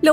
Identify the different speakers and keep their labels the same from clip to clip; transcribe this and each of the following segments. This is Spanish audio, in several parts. Speaker 1: Lo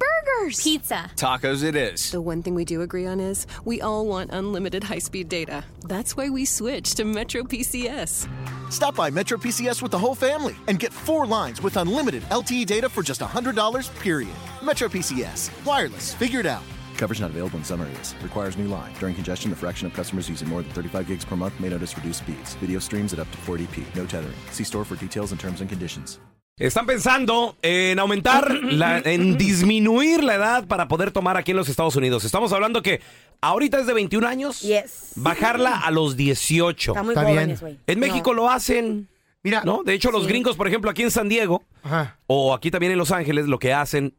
Speaker 2: burgers. Pizza.
Speaker 3: Tacos it is.
Speaker 4: The one thing we do agree on is we all want unlimited high speed data. That's why we switched to Metro PCS.
Speaker 5: Stop by Metro PCS with the whole family and get four lines with unlimited LTE data for just $100, period. Metro PCS. Wireless. Figured out.
Speaker 6: Coverage not available in some areas. Requires new line. During congestion, the fraction of customers using more than 35 gigs per month may notice reduced speeds. Video streams at up to 480p. No tethering. See store for details and terms and conditions.
Speaker 7: Están pensando en aumentar, la- en disminuir la edad para poder tomar aquí en los Estados Unidos. Estamos hablando que ahorita es de 21 años,
Speaker 8: Yes.
Speaker 7: bajarla a los 18.
Speaker 8: Está muy Está jóvenes, bien. güey.
Speaker 7: En México lo hacen.
Speaker 9: Mira,
Speaker 7: ¿no? De hecho, los
Speaker 8: Sí.
Speaker 7: gringos, por ejemplo, aquí en San Diego o aquí también en Los Ángeles, lo que hacen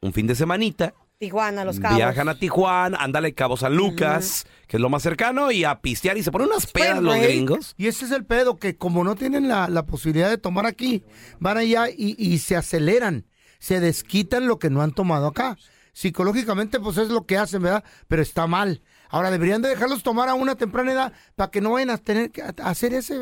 Speaker 7: un fin de semanita,
Speaker 8: Tijuana, Los Cabos.
Speaker 7: viajan a Tijuana, ándale Cabo San Lucas, que es lo más cercano, y a pistear y se ponen unas pedas los
Speaker 9: Güey,
Speaker 7: gringos.
Speaker 9: Y ese es el pedo, que como no tienen la, la posibilidad de tomar aquí, van allá y, y se aceleran, se desquitan lo que no han tomado acá. Ah, Psicológicamente, pues es lo que hacen, ¿verdad? Pero está mal. Ahora, deberían de dejarlos tomar a una temprana edad para que no vayan a tener que a- a hacer ese,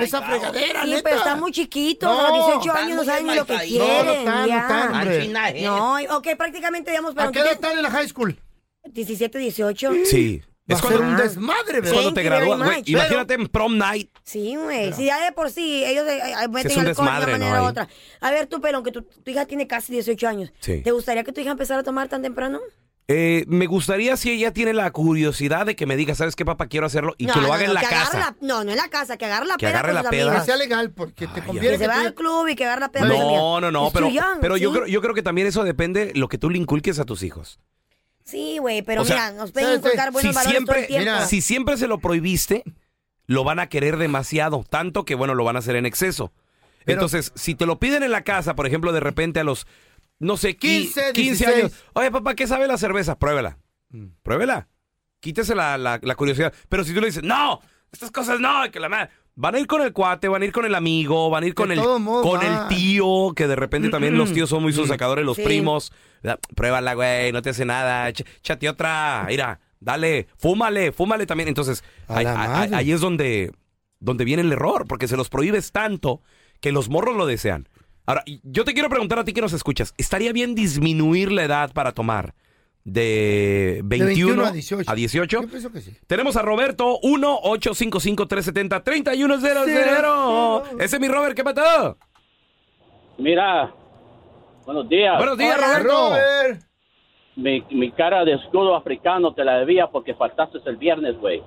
Speaker 9: esa fregadera,
Speaker 8: Sí,
Speaker 9: neta.
Speaker 8: pero están muy chiquitos,
Speaker 9: No,
Speaker 8: a los 18
Speaker 9: están
Speaker 8: años no
Speaker 9: muy
Speaker 8: saben ni lo que
Speaker 9: enmaizados.
Speaker 8: quieren.
Speaker 9: No, no están, no
Speaker 8: ya.
Speaker 9: están, hombre. Al final, eh.
Speaker 8: No, y- ok, prácticamente, digamos, pero
Speaker 9: ¿A qué edad
Speaker 8: aunque
Speaker 9: están en la high school?
Speaker 8: 17, 18.
Speaker 7: Sí.
Speaker 9: Va
Speaker 7: Es
Speaker 9: a ser
Speaker 7: cuando,
Speaker 9: un desmadre,
Speaker 7: es
Speaker 9: ¿verdad?
Speaker 7: cuando te
Speaker 8: Thank you very
Speaker 7: gradúas, güey.
Speaker 8: much.
Speaker 7: Imagínate en prom night.
Speaker 8: Sí, güey. Si ya de por sí, ellos eh, eh, meten
Speaker 7: es un
Speaker 8: alcohol de
Speaker 7: desmadre,
Speaker 8: una manera
Speaker 7: ¿no?
Speaker 8: u
Speaker 7: Ahí.
Speaker 8: otra. A ver, tú, pero aunque tu, tu hija tiene casi 18 años,
Speaker 7: Sí.
Speaker 8: ¿te gustaría que tu hija empezara a tomar tan temprano?
Speaker 7: Eh, me gustaría si ella tiene la curiosidad de que me diga, ¿sabes qué, papá? Quiero hacerlo y que lo haga en la
Speaker 8: que agarre
Speaker 7: casa.
Speaker 8: no, no en la casa, que agarre la
Speaker 7: Que
Speaker 8: peda
Speaker 7: agarre
Speaker 8: con
Speaker 7: la
Speaker 8: sus
Speaker 7: peda.
Speaker 9: Que
Speaker 8: amigos.
Speaker 9: sea legal, porque te conviene
Speaker 8: Que se
Speaker 9: que
Speaker 8: vaya
Speaker 9: te-
Speaker 8: al club y que agarre la peda con sus
Speaker 7: No,
Speaker 8: amigas.
Speaker 7: no, no,
Speaker 8: It's
Speaker 7: pero,
Speaker 8: too young,
Speaker 7: pero yo,
Speaker 8: ¿sí?
Speaker 7: creo, yo creo que también eso depende lo que tú le inculques a tus hijos.
Speaker 8: Sí, güey, pero
Speaker 7: O sea,
Speaker 8: mira, nos pueden
Speaker 9: ¿sabes qué?
Speaker 8: inculcar buenos
Speaker 7: si,
Speaker 8: valores todo el
Speaker 7: siempre,
Speaker 8: tiempo.
Speaker 7: si siempre se lo prohibiste, lo van a querer demasiado, tanto que, bueno, lo van a hacer en exceso. Entonces, si te lo piden en la casa, por ejemplo, de repente a los, no sé,
Speaker 9: 15,
Speaker 7: 15, 15
Speaker 9: 16.
Speaker 7: años, oye, papá, ¿qué sabe la cerveza? Pruébela.
Speaker 9: Mm.
Speaker 7: Pruébela. Quítese la, la- la curiosidad. Pero si tú le dices, no, estas cosas no, que la madre... Van a ir con el cuate, van a ir con el amigo, van a ir con,
Speaker 9: De
Speaker 7: el,
Speaker 9: todos modos
Speaker 7: con
Speaker 9: van.
Speaker 7: el tío, que de repente también los tíos son muy sonsacadores, los
Speaker 8: Sí.
Speaker 7: primos. Ah, Pruébala, güey, no te hace nada. Ch- Chate otra, mira, dale, fúmale, fúmale también. Entonces,
Speaker 9: A
Speaker 7: ahí,
Speaker 9: la
Speaker 7: ahí-
Speaker 9: madre.
Speaker 7: ahí es donde, donde viene el error, porque se los prohíbes tanto que los morros lo desean. Ahora, y yo te quiero preguntar a ti que nos escuchas, ¿estaría bien disminuir la edad para tomar de 21,
Speaker 9: a 18.
Speaker 7: a 18?
Speaker 9: Yo pienso que sí.
Speaker 7: Tenemos a Roberto 1-855-370-3100. Ese es mi Robert, ¿qué pasó?
Speaker 10: Mira, buenos días.
Speaker 7: Buenos días,
Speaker 8: Hola.
Speaker 7: Roberto.
Speaker 9: Robert.
Speaker 10: Mi, mi cara de escudo africano te la debía porque faltaste el viernes, güey.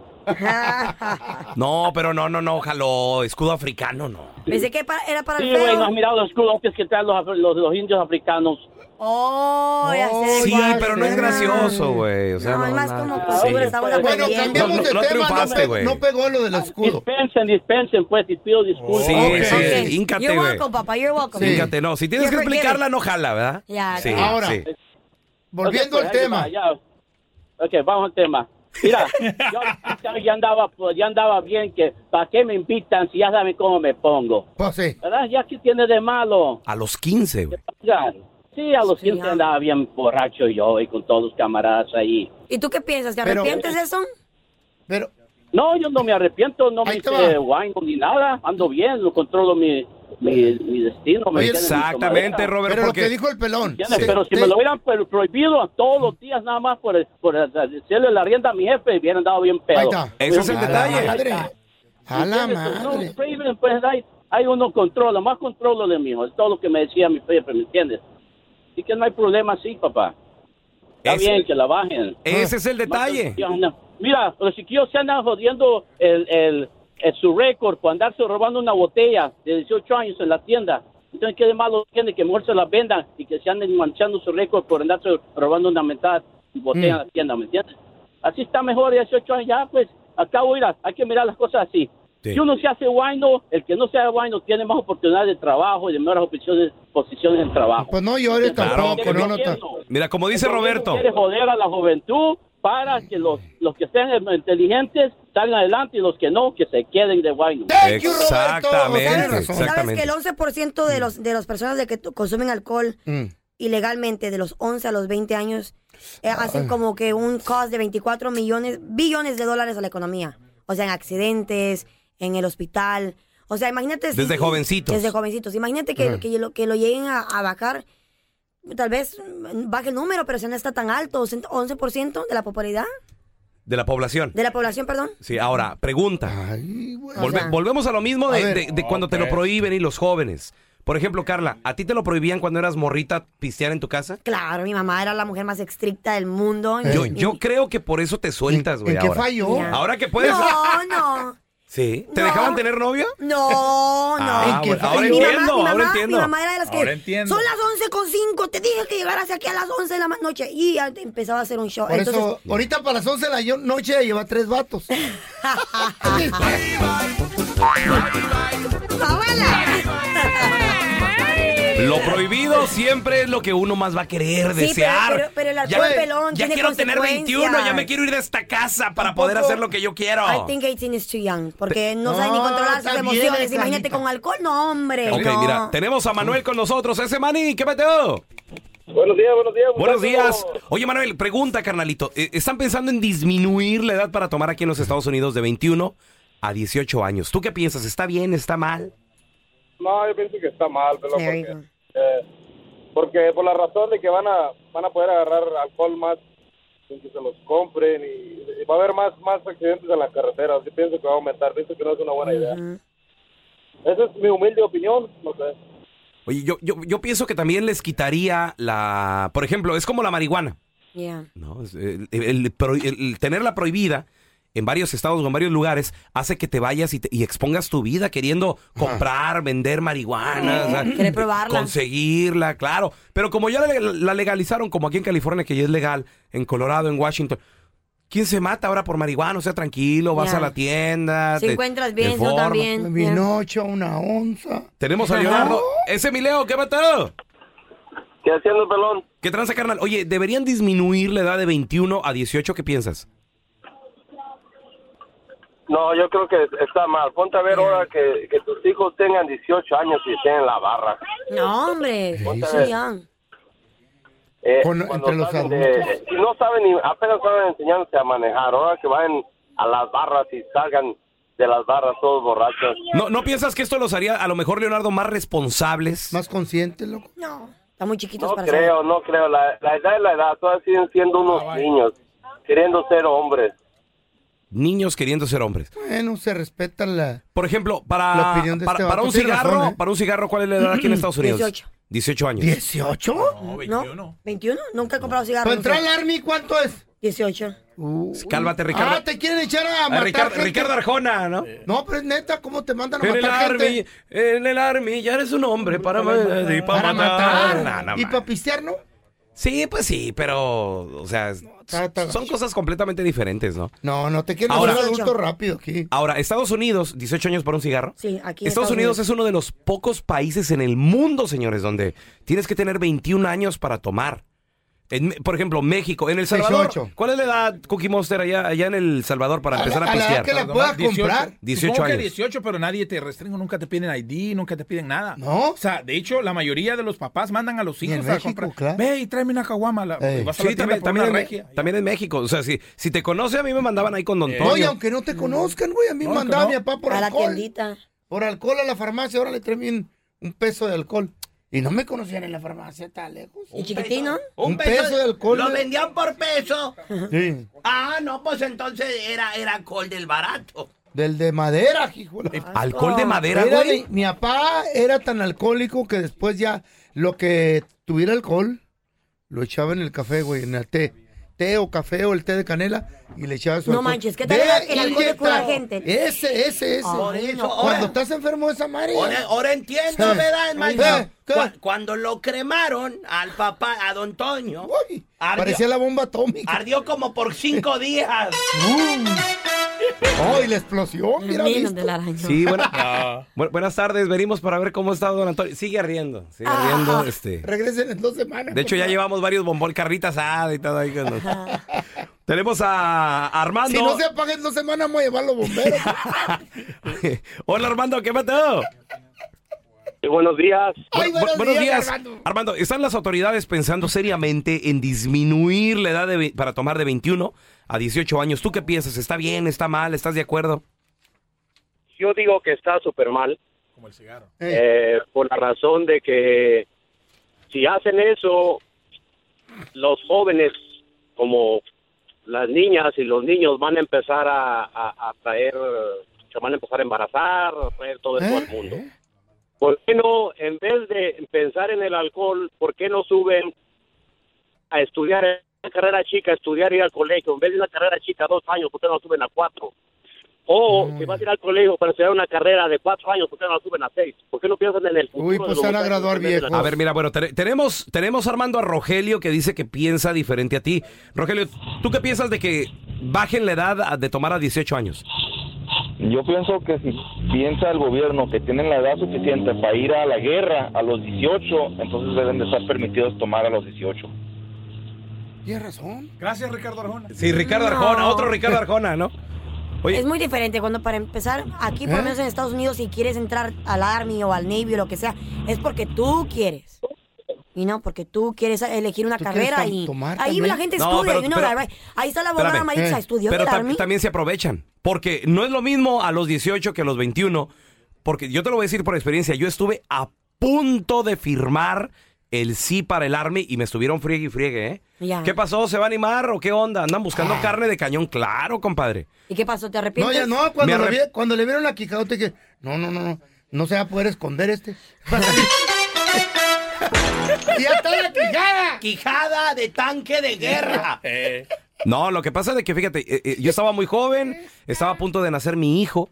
Speaker 7: No, pero no, no, no, ojalá. Escudo africano, no.
Speaker 8: Pensé que pa- era para
Speaker 10: Sí,
Speaker 8: el
Speaker 10: güey, no has
Speaker 8: feo.
Speaker 10: mirado el escudo que es que traen los, af- los, los indios africanos.
Speaker 8: Oh, ya sé de
Speaker 7: Sí,
Speaker 8: cuál
Speaker 7: pero no es
Speaker 8: será.
Speaker 7: gracioso, güey. O sea,
Speaker 8: No,
Speaker 7: no,
Speaker 8: es más
Speaker 7: nada.
Speaker 8: como
Speaker 7: Sí.
Speaker 8: costumbre, estamos
Speaker 9: Bueno,
Speaker 8: aprendiendo.
Speaker 9: cambiamos de
Speaker 7: No, no
Speaker 9: tema. No,
Speaker 7: triunfaste,
Speaker 9: pe-
Speaker 7: güey.
Speaker 9: no pegó lo
Speaker 10: Ah,
Speaker 9: del escudo.
Speaker 10: Dispensen, dispensen, pues, y pido disculpas.
Speaker 7: Sí,
Speaker 9: Ok.
Speaker 7: sí,
Speaker 8: Ok.
Speaker 7: sí, híncate,
Speaker 8: You're
Speaker 7: güey.
Speaker 8: welcome, papá, you're welcome.
Speaker 9: Sí.
Speaker 7: Híncate, no. Si tienes que
Speaker 8: You're forgiven.
Speaker 7: explicarla, no jala, ¿verdad?
Speaker 8: Ya,
Speaker 7: Sí,
Speaker 9: Ahora.
Speaker 7: sí.
Speaker 9: Volviendo
Speaker 10: Ok,
Speaker 9: al
Speaker 10: pues, ahí
Speaker 9: tema.
Speaker 10: va, ya. Ok, vamos al tema. Mira, yo ya andaba, pues, ya andaba bien, que ¿para qué me invitan si ya saben cómo me pongo?
Speaker 9: Pues sí.
Speaker 10: ¿Verdad? ¿Ya qué tiene de malo?
Speaker 7: A los 15, güey.
Speaker 10: Oigan, Sí, a los 15 andaba bien borracho yo y con todos los camaradas ahí.
Speaker 8: ¿Y tú qué piensas? ¿Te
Speaker 10: Pero-
Speaker 8: arrepientes de
Speaker 7: eh,
Speaker 8: eso?
Speaker 10: No, yo no me arrepiento, no me
Speaker 8: Ahí te
Speaker 10: hice
Speaker 8: va.
Speaker 10: wine ni nada. Ando bien, lo controlo mi, mi, mi destino. me tiene mi tomadera.
Speaker 9: Pero lo que dijo el pelón.
Speaker 10: ¿Entiendes?
Speaker 9: se-
Speaker 10: Pero si
Speaker 9: te-
Speaker 10: me lo hubieran pro- prohibido a todos los días nada más por, por decirle la rienda a mi jefe, hubieran dado bien pedo.
Speaker 9: Ahí está. Ese es el A la detalle. madre. A la
Speaker 10: ¿Entiendes? No, prohíben, pues hay, hay uno controla, más controlo de mí, es todo lo que me decía mi jefe, ¿me entiendes? Así que no hay problema así, papá. Está
Speaker 7: Ese-
Speaker 10: bien que la bajen.
Speaker 7: Ese es el
Speaker 9: Ah.
Speaker 7: detalle.
Speaker 10: Mira, los chiquillos se andan jodiendo el, el, el- su récord por andarse robando una botella de 18 años en la tienda. Entonces, ¿qué de malo tiene que mejor se la vendan y que se anden manchando su récord por andarse robando una mentada botella
Speaker 7: Mm.
Speaker 10: en la tienda, ¿me entiendes? Así está mejor, 18 años ya, pues, acabo de ir, hay que mirar las cosas así.
Speaker 7: Sí.
Speaker 10: Si uno se hace guayno, el que no se hace guayno tiene más oportunidades de trabajo y de mejores posiciones, posiciones en trabajo.
Speaker 9: Pues no llores
Speaker 7: Claro,
Speaker 9: tampoco,
Speaker 7: pero-
Speaker 9: no, no, ta-
Speaker 7: Mira, como dice
Speaker 10: Entonces,
Speaker 7: Roberto.
Speaker 10: Quiere joder a la juventud para que los, los que estén inteligentes salgan adelante y los que no, que se queden de guayno.
Speaker 7: Exactamente,
Speaker 8: Sabes que el
Speaker 7: exactamente. Mm.
Speaker 8: 11% de los de las personas de que tu- consumen alcohol ilegalmente de los 11 a los 20 años eh, hacen
Speaker 3: Ay.
Speaker 8: como que un cost de 24 millones, billones de dólares a la economía. O sea, en accidentes, en el hospital. O sea, imagínate... si-
Speaker 7: Desde jovencitos. Mm.
Speaker 8: Desde jovencitos. Imagínate que,
Speaker 7: Ajá.
Speaker 8: que lo, que lo lleguen a, a bajar. Tal vez mm, baje el número, pero si no está tan alto. 11% de la popularidad,
Speaker 7: De la población.
Speaker 8: de la población, perdón.
Speaker 7: Sí, ahora, pregunta. Volve-
Speaker 8: Ah, O sea-
Speaker 7: volvemos a lo mismo de,
Speaker 8: A ver.
Speaker 7: de- de cuando te lo
Speaker 8: Ok.
Speaker 7: prohíben y los jóvenes. Por ejemplo, Carla, ¿a ti te lo prohibían cuando eras morrita pistear en tu casa?
Speaker 8: Claro, mi mamá era la mujer más estricta del mundo.
Speaker 7: Yo,
Speaker 8: Y-
Speaker 7: yo creo que por eso te sueltas, güey.
Speaker 9: Eh. en qué
Speaker 7: ahora.
Speaker 9: falló?
Speaker 7: Ahora que puedes.
Speaker 8: No, no.
Speaker 7: Sí. ¿Te dejaban tener novia?
Speaker 8: No, no.
Speaker 7: Ah, bueno, ahora
Speaker 8: Mi mamá-
Speaker 7: entiendo,
Speaker 8: mi mamá,
Speaker 7: ahora entiendo.
Speaker 8: Mi mamá era de las que.
Speaker 7: Ahora entiendo.
Speaker 8: Son las 11 con 5. Te dije que llegaras aquí a las 11 de la ma- noche. Y ya te empezaba a hacer un show.
Speaker 9: Por
Speaker 8: Entonces,
Speaker 9: eso, ahorita para las 11 de la yo- noche ya lleva tres vatos.
Speaker 7: Lo prohibido siempre es lo que uno más va a querer,
Speaker 8: Sí, pero-
Speaker 7: desear.
Speaker 8: pero- pero el
Speaker 7: ya
Speaker 8: alcohol pelón
Speaker 7: ya
Speaker 8: tiene
Speaker 7: quiero tener 21, ya me quiero ir de esta casa para poder hacer lo que yo quiero.
Speaker 8: I think 18 is too young. Porque no,
Speaker 9: No,
Speaker 8: sabe ni controlar
Speaker 9: está
Speaker 8: sus
Speaker 9: bien,
Speaker 8: emociones.
Speaker 9: Carlita.
Speaker 8: Imagínate con alcohol. No, hombre.
Speaker 7: Ok,
Speaker 8: no.
Speaker 7: mira, tenemos a Manuel con nosotros. Ese Mani, ¿qué meteo?
Speaker 11: Buenos días, buenos días.
Speaker 7: Buenos días.
Speaker 11: muchachos.
Speaker 7: Oye, Manuel, pregunta, carnalito. ¿eh, ¿Están pensando en disminuir la edad para tomar aquí en los Estados Unidos de 21 a 18 años? ¿Tú qué piensas? ¿Está bien? ¿Está mal?
Speaker 11: No, yo pienso que está mal, pero
Speaker 8: There you
Speaker 11: porque, eh, porque por la razón de que van a van a poder agarrar alcohol más sin que se los compren y, y va a haber más más accidentes en las carreteras. Yo pienso que va a aumentar, pienso que no es una buena idea. Esa es mi humilde opinión, no sé.
Speaker 7: Oye, yo, yo, yo pienso que también les quitaría la... Por ejemplo, es como la marihuana.
Speaker 8: Yeah.
Speaker 7: ¿no? Es, El, el- el pro- el- el tenerla prohibida en varios estados o en varios lugares hace que te vayas y, te- y expongas tu vida queriendo comprar, vender marihuana, o sea,
Speaker 8: Querer probarla.
Speaker 7: conseguirla, claro. Pero como ya la, la legalizaron, como aquí en California, que ya es legal, en Colorado, en Washington. ¿Quién se mata ahora por marihuana? O sea, tranquilo, vas
Speaker 8: Ya.
Speaker 7: a la tienda.
Speaker 8: Si
Speaker 7: te-
Speaker 8: encuentras
Speaker 7: te
Speaker 8: bien, si no
Speaker 7: formas.
Speaker 8: también.
Speaker 9: Mi
Speaker 8: yeah.
Speaker 9: noche, una onza.
Speaker 7: Tenemos a Leonardo. Ese mi Leo, ¿qué matado?
Speaker 11: ¿Qué haciendo, pelón?
Speaker 7: ¿Qué tranza, carnal? Oye, ¿deberían disminuir la edad de 21 a 18? ¿Qué piensas?
Speaker 11: No, yo creo que está mal. Ponte a ver ahora que, que tus hijos tengan 18 años y estén en la barra.
Speaker 8: No, hombre. Too young.
Speaker 11: Eh,
Speaker 9: Con-
Speaker 11: cuando
Speaker 9: entre los
Speaker 11: salen de-
Speaker 9: adultos.
Speaker 11: y no saben ni, apenas saben enseñarse a manejar. Ahora que van a las barras y salgan de las barras todos borrachos.
Speaker 7: ¿No, ¿No piensas que esto los haría a lo mejor, Leonardo, más responsables?
Speaker 9: Más conscientes, loco.
Speaker 8: No. Están muy chiquitos
Speaker 11: No
Speaker 8: para
Speaker 11: creo, no creo. La, la edad es la edad. Todas siguen siendo unos
Speaker 9: Ah,
Speaker 11: niños, queriendo ser hombres.
Speaker 7: Niños queriendo ser hombres.
Speaker 9: Bueno, se respeta la.
Speaker 7: Por ejemplo,
Speaker 9: La
Speaker 7: para,
Speaker 9: opinión de
Speaker 7: para,
Speaker 9: este
Speaker 7: para
Speaker 9: vato.
Speaker 7: un
Speaker 9: Tiene
Speaker 7: cigarro,
Speaker 9: razón, ¿eh?
Speaker 7: para un cigarro, ¿cuál es la edad aquí en Estados Unidos?
Speaker 8: 18.
Speaker 7: 18 años.
Speaker 9: ¿18?
Speaker 8: No, 21. ¿21? Nunca he comprado cigarros.
Speaker 9: Para entrar al army, ¿cuánto es?
Speaker 8: 18.
Speaker 7: Cálmate, Ricardo.
Speaker 9: Ah, te quieren echar a
Speaker 7: Ah,
Speaker 9: matar.
Speaker 7: Ricardo,
Speaker 9: gente?
Speaker 7: Ricardo Arjona, ¿no?
Speaker 9: No, pero es neta, ¿cómo te mandan a
Speaker 7: En
Speaker 9: matar?
Speaker 7: el army,
Speaker 9: gente?
Speaker 7: en el army, ya eres un hombre para, ma- y para
Speaker 9: Para
Speaker 7: matar.
Speaker 9: matar.
Speaker 7: No, no,
Speaker 9: y
Speaker 7: ma-
Speaker 9: para pistear, ¿no?
Speaker 7: Sí, pues sí, pero, o sea, son cosas completamente diferentes, ¿no?
Speaker 9: No, no te quieren
Speaker 7: Ahora-
Speaker 9: hacer adulto rápido aquí.
Speaker 7: Ahora, Estados Unidos, 18 años para un cigarro.
Speaker 8: Sí, aquí. en
Speaker 7: Estados Unidos es uno de los pocos países en el mundo, señores, donde tienes que tener 21 años para tomar. En- por ejemplo, México, en El Salvador.
Speaker 9: 18.
Speaker 7: ¿Cuál es la edad, Cookie Monster, allá, allá en El Salvador para empezar a,
Speaker 3: a la edad
Speaker 7: pistear?
Speaker 3: que la puedas
Speaker 7: 18.
Speaker 3: comprar.
Speaker 7: 18
Speaker 3: Supongo que
Speaker 7: años.
Speaker 3: 18, pero nadie te restringe, nunca te piden ID, nunca te piden nada.
Speaker 9: No.
Speaker 3: O sea, de hecho, la mayoría de los papás mandan a los
Speaker 9: en
Speaker 3: hijos a
Speaker 9: México,
Speaker 3: comprar.
Speaker 9: claro.
Speaker 3: Ve y tráeme una caguama. la-
Speaker 7: Ey.
Speaker 3: vas a la
Speaker 7: Sí,
Speaker 3: tienda
Speaker 7: también,
Speaker 3: por
Speaker 7: también
Speaker 3: una
Speaker 7: en, también en México. O sea, si, si te conoce, a mí me mandaban ahí con Don
Speaker 12: Eh,
Speaker 9: Oye,
Speaker 7: Toño.
Speaker 9: aunque no te conozcan, güey. A mí
Speaker 7: No,
Speaker 9: me
Speaker 7: que
Speaker 9: mandaba
Speaker 7: no.
Speaker 9: mi papá por
Speaker 8: A la
Speaker 9: alcohol.
Speaker 8: tiendita.
Speaker 9: Por alcohol a la farmacia, ahora le traen bien un peso de alcohol. Y no me conocían en la farmacia, tan lejos.
Speaker 7: Oh.
Speaker 8: ¿Y chiquitino?
Speaker 9: Un, peso, de alcohol.
Speaker 12: Lo
Speaker 9: ¿no?
Speaker 12: vendían por peso.
Speaker 9: Sí,
Speaker 12: Ah, no, pues entonces era, era alcohol del barato.
Speaker 9: del de madera, hijo. de la-
Speaker 7: ¿Alcohol de madera,
Speaker 9: Era
Speaker 7: güey?
Speaker 9: de- mi papá era tan alcohólico que después ya lo que tuviera alcohol lo echaba en el café, güey, en el té. Té o café o el té de canela y le echaba su
Speaker 8: No
Speaker 9: alcohol.
Speaker 8: manches, ¿qué tal
Speaker 9: Ve
Speaker 8: el
Speaker 9: y
Speaker 8: alcohol de cura
Speaker 9: inyecta.
Speaker 8: gente? Ah,
Speaker 9: Ese, ese, ese.
Speaker 12: Por eso,
Speaker 9: Cuando
Speaker 12: ahora-
Speaker 9: estás enfermo de esa madre.
Speaker 12: Ahora, ahora entiendo,
Speaker 9: Sí.
Speaker 12: ¿verdad, hermano?
Speaker 9: Sí, ¿qué?
Speaker 12: Cu- cuando lo cremaron al papá, a don Toño, ardió,
Speaker 9: Parecía la bomba atómica.
Speaker 12: ardió como por cinco días.
Speaker 9: ¡Oh, y la explosión! Mira,
Speaker 12: Menos
Speaker 9: ¿viste?
Speaker 12: de la araña.
Speaker 7: Sí, bueno, bu- buenas tardes. Venimos para ver cómo está Don Antonio. Sigue riendo, sigue
Speaker 9: Ah.
Speaker 7: riendo. Este.
Speaker 9: Regresen en dos semanas.
Speaker 7: De hecho, ya llevamos varios bombón carritas asada y todo ahí. con los- Tenemos a Armando.
Speaker 9: Si no se apaga en dos semanas, vamos a llevar los bomberos.
Speaker 7: Hola, Armando, ¿qué mató?
Speaker 13: Eh, buenos días.
Speaker 9: Ay, buenos días,
Speaker 7: Armando. ¿están las autoridades pensando seriamente en disminuir la edad de ve- para tomar de 21 a 18 años? ¿Tú qué piensas? ¿Está bien? ¿Está mal? ¿Estás de acuerdo?
Speaker 13: Yo digo que está súper mal. Eh, por la razón de que si hacen eso, los jóvenes, como las niñas y los niños, van a empezar a, a- a traer, se van a empezar a embarazar, a traer todo eso
Speaker 9: ¿eh?
Speaker 13: al mundo. ¿Por qué no, en vez de pensar en el alcohol, por qué no suben a estudiar una carrera chica, estudiar ir al colegio? En vez de una carrera chica dos años, ¿por qué no la suben a cuatro? O si vas a ir al colegio para estudiar una carrera de cuatro años, ¿por qué no la suben a seis? ¿Por qué no piensan en el futuro? de los muchachos en vez de la-
Speaker 7: A ver, mira, bueno, te- tenemos, tenemos Armando a Rogelio que dice que piensa diferente a ti. Rogelio, ¿tú qué piensas de que bajen la edad a- de tomar a 18 años?
Speaker 14: Yo pienso que si piensa el gobierno que tienen la edad suficiente para ir a la guerra a los 18, entonces deben de estar permitidos tomar a los 18.
Speaker 9: Tienes razón.
Speaker 3: Gracias, Ricardo Arjona.
Speaker 7: Sí, Ricardo Arjona, otro Ricardo Arjona, ¿no? Oye.
Speaker 8: Es muy diferente cuando para empezar, aquí por lo
Speaker 7: ¿Eh?
Speaker 8: menos en Estados Unidos, si quieres entrar al Army o al Navy o lo que sea, es porque tú quieres. Y no, porque tú quieres elegir una
Speaker 7: ¿Tú quieres
Speaker 8: carrera
Speaker 7: tam-
Speaker 8: y
Speaker 7: tomar
Speaker 8: ahí
Speaker 7: también?
Speaker 8: la gente
Speaker 7: No,
Speaker 8: estudia.
Speaker 7: pero-
Speaker 8: y uno
Speaker 7: pero-
Speaker 8: la- ahí está la abogada
Speaker 7: Espérame. Eh,
Speaker 8: Maritza, estudió en
Speaker 7: Pero
Speaker 8: el
Speaker 7: tam-
Speaker 8: Army.
Speaker 7: también se aprovechan. Porque no es lo mismo a los 18 que a los 21. Porque yo te lo voy a decir por experiencia. Yo estuve a punto de firmar el sí para el Army y me estuvieron friegue y friegue, ¿eh?
Speaker 8: Ya.
Speaker 7: ¿Qué pasó? ¿Se va a animar o qué onda? Andan buscando carne de cañón. Claro, compadre.
Speaker 8: ¿Y qué pasó? ¿Te
Speaker 9: No,
Speaker 8: arrepientes?
Speaker 9: ya no, cuando,
Speaker 7: Me
Speaker 9: lo
Speaker 7: arrep-
Speaker 9: vi- cuando le vieron la quijada, te dije, no, no, no, no, no se va a poder esconder este. ¡Ya está la quijada!
Speaker 12: ¡Quijada de tanque de guerra!
Speaker 7: No, lo que pasa es de que, fíjate, eh, eh, yo estaba muy joven, estaba a punto de nacer mi hijo.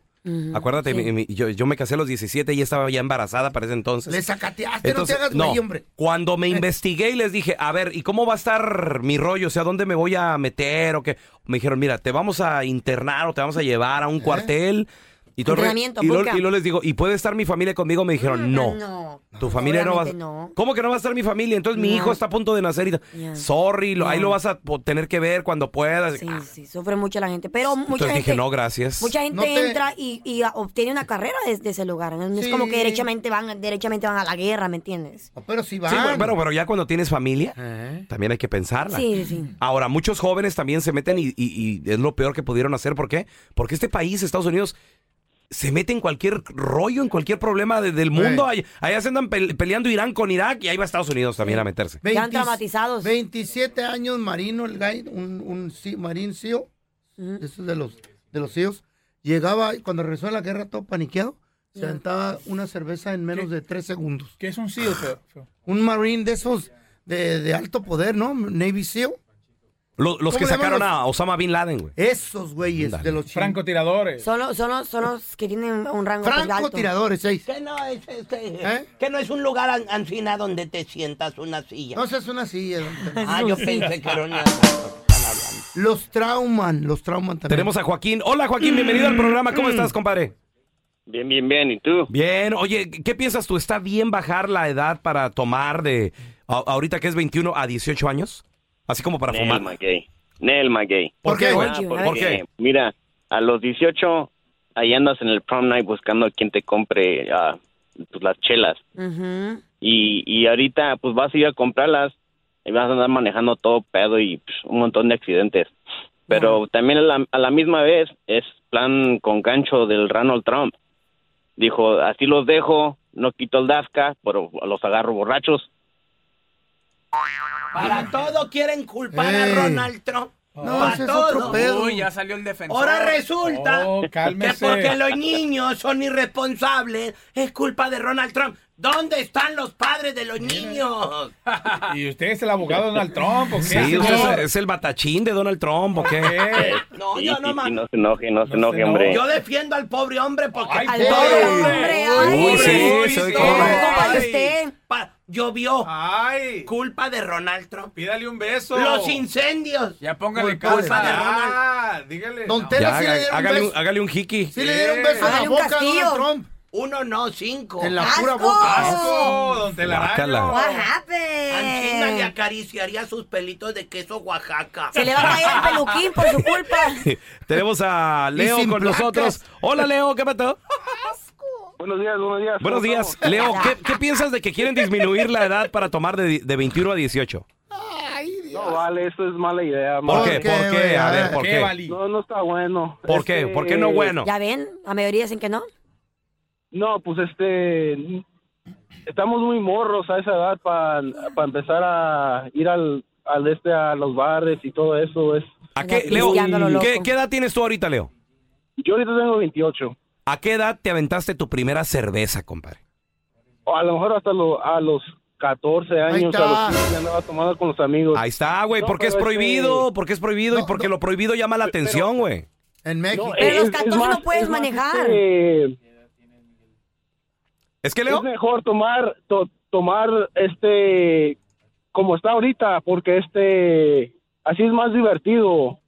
Speaker 7: Acuérdate, mi- mi- yo, yo me casé a los 17 y estaba ya embarazada para ese entonces.
Speaker 9: Le sacateaste, no te hagas güey, hombre.
Speaker 7: Cuando me investigué y les dije, a ver, ¿y cómo va a estar mi rollo? O sea, ¿dónde me voy a meter? O qué? Me dijeron, mira, te vamos a internar o te vamos a llevar a un cuartel. Y todo el rollo.
Speaker 8: Entrenamiento,
Speaker 7: y, lo,
Speaker 8: busca.
Speaker 7: y luego les digo, ¿y puede estar mi familia conmigo? Me dijeron, no.
Speaker 8: Mm, No.
Speaker 7: Tu familia no va a...
Speaker 8: obviamente no.
Speaker 7: ¿Cómo que no va a estar mi familia? Entonces mi
Speaker 8: No.
Speaker 7: hijo está a punto de nacer. Y... Sorry, lo- ahí
Speaker 8: Ya.
Speaker 7: lo vas a po- tener que ver cuando puedas.
Speaker 8: Sí, sí, sufre mucho la gente. Pero mucha
Speaker 7: Pues, Entonces
Speaker 8: gente,
Speaker 7: dije, no, gracias.
Speaker 8: mucha gente
Speaker 7: No te-
Speaker 8: entra y, y, ah, obtiene una carrera desde ese lugar. No es como que derechamente van, derechamente van a la guerra, ¿me entiendes?
Speaker 9: Pero ¿Eh? si
Speaker 7: Sí, pero, pero- pero ya cuando tienes familia, también hay que pensarla.
Speaker 8: Sí, sí.
Speaker 7: Ahora, muchos jóvenes también se meten y, y- y es lo peor que pudieron hacer. ¿Por qué? Porque este país, Estados Unidos, se mete en cualquier rollo, en cualquier problema de- del mundo. Ahí- Allá se andan pele- peleando Irán con Irak y ahí va Estados Unidos también a meterse.
Speaker 8: Quedan traumatizados.
Speaker 9: 27 años marino, el guy, un, un sea- marín CEO, esos de los, de los CEOs, llegaba y cuando regresó de la guerra todo paniqueado, se
Speaker 3: Ya.
Speaker 9: aventaba una cerveza en menos de tres segundos.
Speaker 3: ¿Qué es un CEO? feo? Feo.
Speaker 9: Un marín de esos de, de alto poder, ¿no? Navy SEAL.
Speaker 7: Lo- los
Speaker 9: ¿Cómo
Speaker 7: que
Speaker 9: le llaman
Speaker 7: sacaron
Speaker 9: los-
Speaker 7: a Osama Bin Laden, güey.
Speaker 9: Esos güeyes de los
Speaker 3: francotiradores.
Speaker 8: Son los, son los, son los que tienen un rango pues, alto.
Speaker 12: Que no es, este, que no es un lugar an- ansina donde te sientas una silla.
Speaker 9: No, esa es una silla.
Speaker 12: Ah, yo pensé que era una...
Speaker 9: Los trauman, los trauman también.
Speaker 7: Tenemos a Joaquín. Hola, Joaquín, bienvenido al programa.
Speaker 9: Mm.
Speaker 7: ¿Cómo estás, compadre?
Speaker 13: Bien, bien, bien. ¿Y tú?
Speaker 7: Bien. Oye, ¿qué piensas tú? ¿Está bien bajar la edad para tomar de a- ahorita que es 21 a 18 años? Así como para fumar.
Speaker 13: Nelma gay. Nelma gay.
Speaker 7: ¿Por qué, güey?
Speaker 13: Ah,
Speaker 7: ¿Por
Speaker 13: porque,
Speaker 7: qué?
Speaker 13: Mira, a los 18 ahí andas en el prom night buscando a quien te compre ah, pues, las chelas. Y, y ahorita pues vas a ir a comprarlas y vas a andar manejando todo pedo y pues, un montón de accidentes. Pero también a la, a la misma vez es plan con gancho del Ronald Trump. Dijo, así los dejo, no quito el DAFCA, pero los agarro borrachos.
Speaker 12: Para todo quieren culpar a Ronald Trump. Para
Speaker 15: ese es
Speaker 12: todo.
Speaker 15: otro pedo. Uy, ya salió el defensor.
Speaker 12: Ahora resulta
Speaker 15: Oh,
Speaker 12: que
Speaker 15: cálmese.
Speaker 12: porque los niños son irresponsables es culpa de Ronald Trump. ¿Dónde están los padres de los niños?
Speaker 3: ¿Y usted es el abogado de Donald Trump o qué?
Speaker 7: Sí,
Speaker 3: señor?
Speaker 7: usted es- es el batachín de Donald Trump, ¿o qué?
Speaker 12: No,
Speaker 13: Sí,
Speaker 12: yo
Speaker 13: sí,
Speaker 12: no más.
Speaker 13: sí, no se enoje, no, se enoje, hombre.
Speaker 12: Yo defiendo al pobre hombre porque al
Speaker 7: pobre hombre, ay. Uy, sí, soy pobre.
Speaker 12: Pa- llovió. Culpa de Ronald Trump. Pídale un beso. Los incendios.
Speaker 15: Ya póngale
Speaker 12: Culpa de
Speaker 15: calma.
Speaker 12: Ronald.
Speaker 15: Ah, dígale.
Speaker 12: Don
Speaker 7: Ya, haga- hágale, un, hágale un jiki.
Speaker 12: Hágale un
Speaker 15: castillo.
Speaker 12: castillo. Uno no, cinco.
Speaker 7: En la pura ¡Asco! boca.
Speaker 15: ¡Asco, don Telaraño!
Speaker 7: Guácala.
Speaker 12: What Anchina le acariciaría sus pelitos de queso Oaxaca.
Speaker 8: Eh. Se le va a caer el peluquín por su culpa.
Speaker 7: Tenemos a Leo
Speaker 12: Y sin
Speaker 7: con nosotros.
Speaker 12: placas.
Speaker 7: Hola, Leo, ¿qué pasó?
Speaker 14: Buenos días, buenos días. ¿cómo
Speaker 7: Buenos días.
Speaker 14: estamos?
Speaker 7: Leo, ¿qué, qué piensas de que quieren disminuir la edad para tomar de, de 21 a 18?
Speaker 14: No vale, eso es mala idea.
Speaker 7: ¿Por
Speaker 14: mala
Speaker 7: qué?
Speaker 14: idea.
Speaker 7: ¿Por qué? A ver, ¿por qué?
Speaker 14: No, no está bueno. Este,
Speaker 7: ¿Por qué? ¿Por qué no bueno?
Speaker 8: Ya ven, la mayoría dicen que no.
Speaker 14: No, pues este. Estamos muy morros a esa edad para empezar a ir al, al este, a los bares y todo eso. Es,
Speaker 7: ¿A qué, Leo, ¿qué, qué edad tienes tú ahorita, Leo?
Speaker 14: Yo ahorita tengo 28.
Speaker 7: ¿A qué edad te aventaste tu primera cerveza, compadre?
Speaker 14: O a lo mejor hasta lo- a los 14 años, a los 15 andaba tomando con los amigos.
Speaker 7: Ahí está, güey,
Speaker 14: No,
Speaker 7: porque es
Speaker 14: pero este-
Speaker 7: prohibido, porque es prohibido y porque lo prohibido llama la atención, güey.
Speaker 9: En
Speaker 14: No,
Speaker 7: eh,
Speaker 8: Pero los
Speaker 14: es- es
Speaker 8: 14
Speaker 14: más-
Speaker 8: no puedes
Speaker 14: es más,
Speaker 8: manejar.
Speaker 14: este,
Speaker 7: Es que Leo.
Speaker 14: Es mejor tomar, to- tomar este como está ahorita, porque este así es más divertido.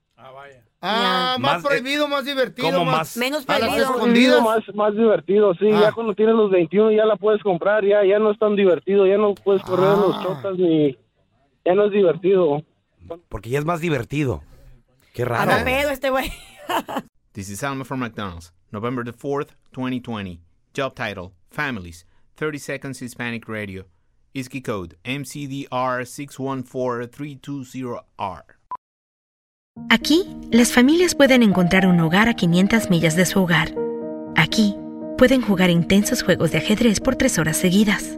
Speaker 9: Ah, más,
Speaker 14: Más, eh,
Speaker 9: prohibido, más divertido.
Speaker 14: ¿cómo
Speaker 9: más,
Speaker 14: más?
Speaker 8: Menos
Speaker 9: A las
Speaker 8: prohibido.
Speaker 9: escondidas.
Speaker 14: Más, más divertido, sí. Ya cuando tienes los 21 ya la puedes comprar, ya, ya no es tan divertido, ya no puedes correr en los chotas ni... Ya no es divertido.
Speaker 7: Porque ya es más divertido. Qué raro.
Speaker 8: Anda pedo este güey.
Speaker 16: This is Alma from McDonald's, November the 4th, 2020. Job title Families, 30 Seconds Hispanic Radio. ISKI code MCDR614320R.
Speaker 17: Aquí, las familias pueden encontrar un hogar a 500 millas de su hogar. Aquí, pueden jugar intensos juegos de ajedrez por tres horas seguidas.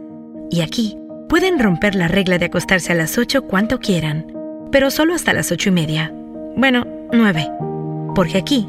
Speaker 17: Y aquí, pueden romper la regla de acostarse a las 8 cuanto quieran, pero solo hasta las 8 y media. Bueno, 9. Porque aquí,